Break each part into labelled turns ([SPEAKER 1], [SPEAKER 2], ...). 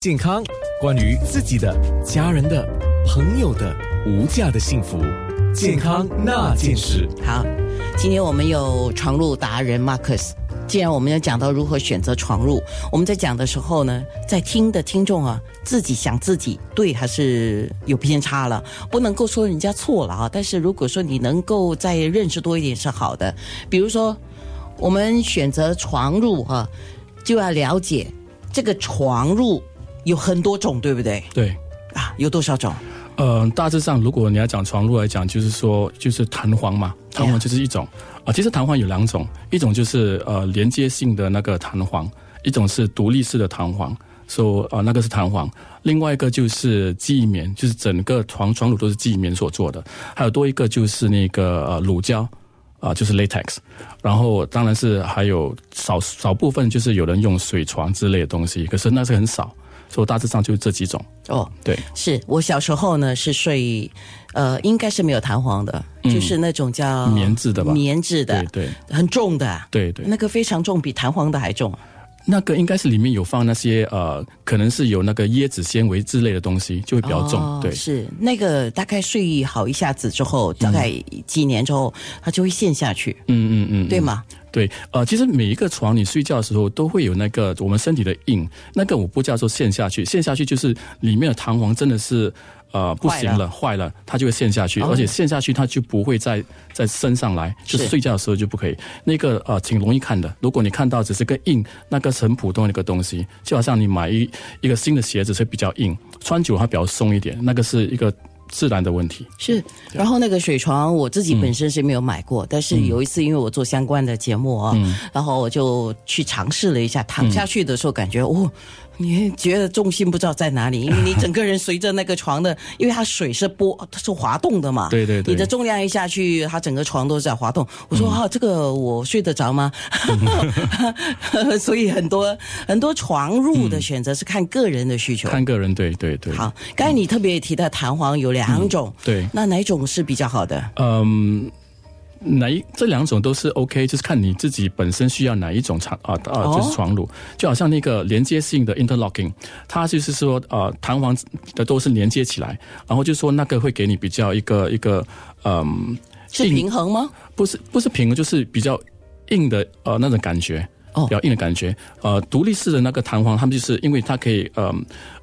[SPEAKER 1] 健康，关于自己的、家人的、朋友的无价的幸福，健康那件事。
[SPEAKER 2] 好，今天我们有床褥达人 Marcus。既然我们要讲到如何选择床褥，我们在讲的时候呢，在听的听众啊，自己想自己对还是有偏差了，不能够说人家错了啊。但是如果说你能够再认识多一点是好的，比如说我们选择床褥哈、啊，就要了解这个床褥有很多种，对不对
[SPEAKER 3] 对，
[SPEAKER 2] 啊？有多少种？
[SPEAKER 3] 呃，大致上，如果你要讲床褥来讲，就是说就是弹簧嘛，弹簧就是一种啊、呃其实弹簧有两种，一种就是呃连接性的那个弹簧，一种是独立式的弹簧，所、so, 呃那个是弹簧。另外一个就是记忆棉，就是整个床床褥都是记忆棉所做的，还有多一个就是那个呃乳胶。啊、就是 latex，然后当然是还有少少部分就是有人用水床之类的东西，可是那是很少，所以大致上就这几种。
[SPEAKER 2] 哦，
[SPEAKER 3] 对，
[SPEAKER 2] 是我小时候呢是睡，呃，应该是没有弹簧的，就是那种叫
[SPEAKER 3] 嗯棉质的吧
[SPEAKER 2] 棉质的
[SPEAKER 3] 对，对
[SPEAKER 2] 很重的啊，
[SPEAKER 3] 对对，
[SPEAKER 2] 那个非常重，比弹簧的还重。
[SPEAKER 3] 那个应该是里面有放那些呃，可能是有那个椰子纤维之类的东西，就会比较重。
[SPEAKER 2] 哦
[SPEAKER 3] 对，
[SPEAKER 2] 是那个大概睡好一下子之后，大概
[SPEAKER 3] 嗯
[SPEAKER 2] 几年之后，它就会陷下去，
[SPEAKER 3] 嗯嗯嗯，嗯
[SPEAKER 2] 对？吗？
[SPEAKER 3] 对，呃，其实每一个床你睡觉的时候都会有那个我们身体的印，那个我不叫做陷下去，陷下去就是里面的弹簧真的是。呃，不行了，坏了，它就会陷下去，
[SPEAKER 2] 哦
[SPEAKER 3] 而且陷下去它就不会再再升上来，就是睡觉的时候就不可以。那个呃，挺容易看的。如果你看到只是个印，那个是很普通的一个东西，就好像你买一一个新的鞋子是比较硬，穿久了它比较松一点，那个是一个自然的问题。
[SPEAKER 2] 是，然后那个水床我自己
[SPEAKER 3] 嗯
[SPEAKER 2] 本身是没有买过，但是有一次因为我做相关的节目啊，
[SPEAKER 3] 嗯
[SPEAKER 2] 然后我就去尝试了一下，躺下去的时候感觉、哦。你觉得重心不知道在哪里，因为你整个人随着那个床的， 因为它水是波，它是滑动的嘛。
[SPEAKER 3] 对对对嗯
[SPEAKER 2] 你的重量一下去，它整个床都在滑动。我说啊，这个我睡得着吗？ 所以很多很多床褥的选择是看个人的需求。
[SPEAKER 3] 嗯看个人，对对对。
[SPEAKER 2] 好，刚才你特别提到弹簧有两种，
[SPEAKER 3] 对
[SPEAKER 2] 那哪一种是比较好的？
[SPEAKER 3] 嗯，哪一这两种都是 OK，就是看你自己本身需要哪一种床啊啊，
[SPEAKER 2] 哦
[SPEAKER 3] 就是床褥，就好像那个连接性的 interlocking，它就是说呃弹簧的都是连接起来，然后就说那个会给你比较一个一个嗯，
[SPEAKER 2] 是
[SPEAKER 3] 硬
[SPEAKER 2] 平衡吗？
[SPEAKER 3] 不是不是平，就是比较硬的呃那种感觉。
[SPEAKER 2] 哦
[SPEAKER 3] 比较硬的感觉。呃，独立式的那个弹簧，它们就是因为它可以呃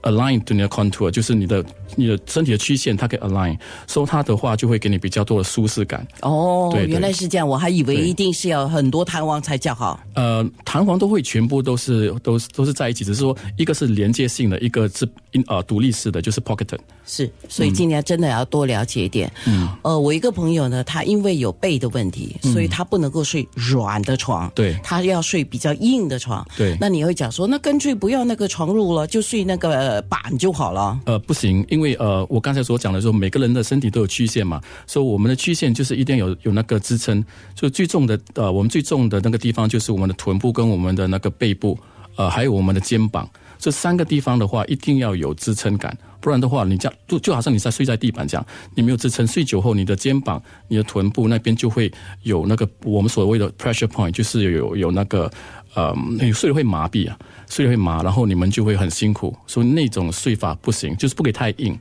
[SPEAKER 3] align to 你的 contour，就是你的你的身体的曲线，它可以 align，所以它的话就会给你比较多的舒适感。
[SPEAKER 2] 哦，
[SPEAKER 3] 对对
[SPEAKER 2] 原来是这样，我还以为
[SPEAKER 3] 对
[SPEAKER 2] 一定是要很多弹簧才叫好。
[SPEAKER 3] 呃，弹簧都会全部都是都是都是在一起，只是说一个是连接性的，一个是呃独立式的，就是 pocket。
[SPEAKER 2] 是，所以今年真的要多了解一点。嗯，呃，我一个朋友呢，他因为有背的问题，所以他不能够睡软的床，
[SPEAKER 3] 嗯对
[SPEAKER 2] 他要睡比较硬的床。
[SPEAKER 3] 对
[SPEAKER 2] 那你会讲说，那干脆不要那个床褥了，就睡那个呃板就好了。
[SPEAKER 3] 呃，不行，因为呃，我刚才所讲的说，每个人的身体都有曲线嘛，所以我们的曲线就是一定有有那个支撑，就最重的呃，我们最重的那个地方就是我们的臀部跟我们的那个背部，呃，还有我们的肩膀，这三个地方的话一定要有支撑感，不然的话，你这样就就好像你在睡在地板这样，你没有支撑，睡久后你的肩膀、你的臀部那边就会有那个我们所谓的 pressure point，就是有有有那个呃，你睡得会麻痹啊，睡得会麻，然后你们就会很辛苦，所以那种睡法不行，就是不给太硬，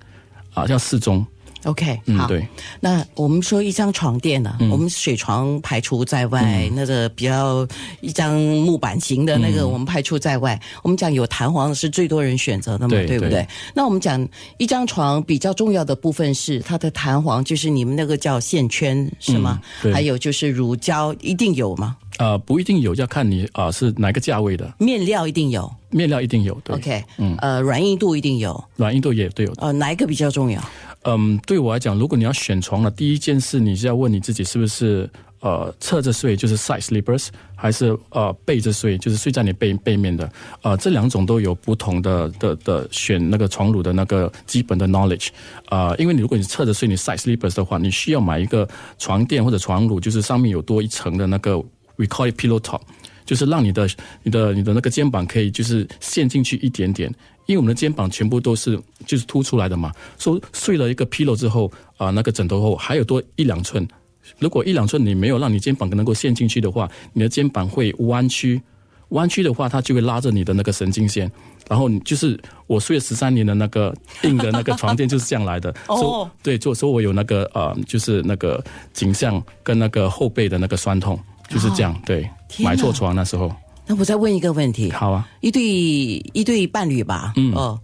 [SPEAKER 3] 啊，要适中。
[SPEAKER 2] OK，
[SPEAKER 3] 嗯
[SPEAKER 2] 好，
[SPEAKER 3] 对。
[SPEAKER 2] 那我们说一张床垫呢、
[SPEAKER 3] 嗯
[SPEAKER 2] 我们水床排除在外，那个比较一张木板型的那
[SPEAKER 3] 嗯
[SPEAKER 2] 个我们排除在外。我们讲有弹簧的是最多人选择的嘛，
[SPEAKER 3] 对
[SPEAKER 2] 不对
[SPEAKER 3] 对？
[SPEAKER 2] 那我们讲一张床比较重要的部分是它的弹簧，就是你们那个叫线圈是吗？
[SPEAKER 3] 嗯对
[SPEAKER 2] 还有就是乳胶一定有吗？
[SPEAKER 3] 呃，不一定有，要看你啊、是哪个价位的
[SPEAKER 2] 面料一定有
[SPEAKER 3] 面料一定有，对嗯
[SPEAKER 2] ，OK，呃，软硬度一定有，
[SPEAKER 3] 软硬度也对有。
[SPEAKER 2] 呃，哪一个比较重要？
[SPEAKER 3] 嗯，对我来讲，如果你要选床了，第一件事你是要问你自己是不是呃侧着睡，就是 side sleepers，还是呃背着睡，就是睡在你背背面的。呃，这两种都有不同的的的选那个床褥的那个基本的 knowledge。呃，因为你如果你侧着睡，你 side sleepers 的话，你需要买一个床垫或者床褥，就是上面有多一层的那个 we call it pillow top。就是让你的、你的、你的那个肩膀可以就是陷进去一点点，因为我们的肩膀全部都是就是凸出来的嘛。说睡了一个 pillow 之后啊、那个枕头后还有多一两寸，如果一两寸你没有让你肩膀能够陷进去的话，你的肩膀会弯曲。弯曲的话，它就会拉着你的那个神经线，然后你就是我睡了十三年的那个硬的那个床垫就是这样来的。
[SPEAKER 2] 哦
[SPEAKER 3] 所以对，就所以我有那个呃，就是那个颈项跟那个后背的那个酸痛，就是这样。对，
[SPEAKER 2] 哦天哪
[SPEAKER 3] 买错床那时候。
[SPEAKER 2] 那我再问一个问题，
[SPEAKER 3] 好啊，
[SPEAKER 2] 一对一对伴侣吧，嗯哦。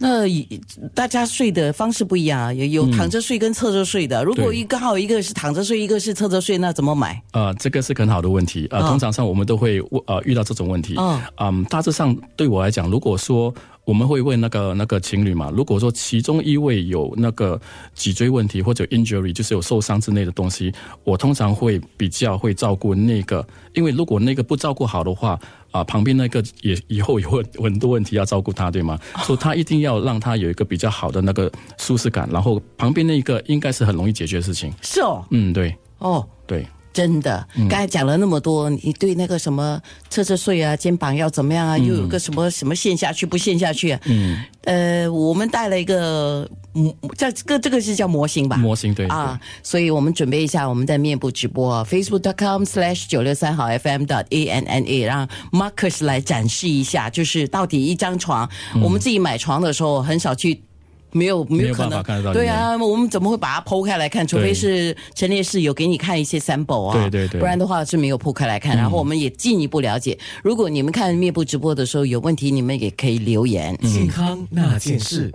[SPEAKER 2] 那以大家睡的方式不一样啊，有有躺着睡跟侧着睡的。如果
[SPEAKER 3] 对
[SPEAKER 2] 一刚好一个是躺着睡，一个是侧着睡，那怎么买？
[SPEAKER 3] 呃，这个是很好的问题。呃，
[SPEAKER 2] 嗯
[SPEAKER 3] 通常上我们都会问呃遇到这种问题。
[SPEAKER 2] 嗯
[SPEAKER 3] 嗯，大致上对我来讲，如果说我们会问那个那个情侣嘛，如果说其中一位有那个脊椎问题或者 injury，就是有受伤之类的东西，我通常会比较会照顾那个，因为如果那个不照顾好的话。啊，旁边那个也以后有很很多问题要照顾他，对吗？所以他一定要让他有一个比较好的那个舒适感，然后旁边那个应该是很容易解决的事情。
[SPEAKER 2] 是哦，
[SPEAKER 3] 嗯，对
[SPEAKER 2] 哦，
[SPEAKER 3] 对。
[SPEAKER 2] 真的。
[SPEAKER 3] 嗯
[SPEAKER 2] 刚才讲了那么多，你对那个什么侧着睡啊，肩膀要怎么样
[SPEAKER 3] 嗯
[SPEAKER 2] 啊，又有个什么什么陷下去不陷下去啊？嗯，呃，我们带了一个模，叫这个这个是叫模型吧？
[SPEAKER 3] 模型对
[SPEAKER 2] 啊，所以我们准备一下我们的面部直播、f a c e b o o k c o m slash 九六三好 FM dot a n n a，让 Marcus 来展示一下，就是到底一张床，
[SPEAKER 3] 嗯
[SPEAKER 2] 我们自己买床的时候很少去。没有，没
[SPEAKER 3] 没有
[SPEAKER 2] 可
[SPEAKER 3] 办法
[SPEAKER 2] 能，
[SPEAKER 3] 看得到里面
[SPEAKER 2] 对啊，我们怎么会把它剖开来看？除非
[SPEAKER 3] 对
[SPEAKER 2] 是陈列室有给你看一些 sample 啊，
[SPEAKER 3] 对对嗯对
[SPEAKER 2] 不然的话是没有剖开来看。然后我们也进一步了解，嗯
[SPEAKER 3] 嗯
[SPEAKER 2] 如果你们看面部直播的时候有问题，你们也可以留言。
[SPEAKER 1] 健康那件事。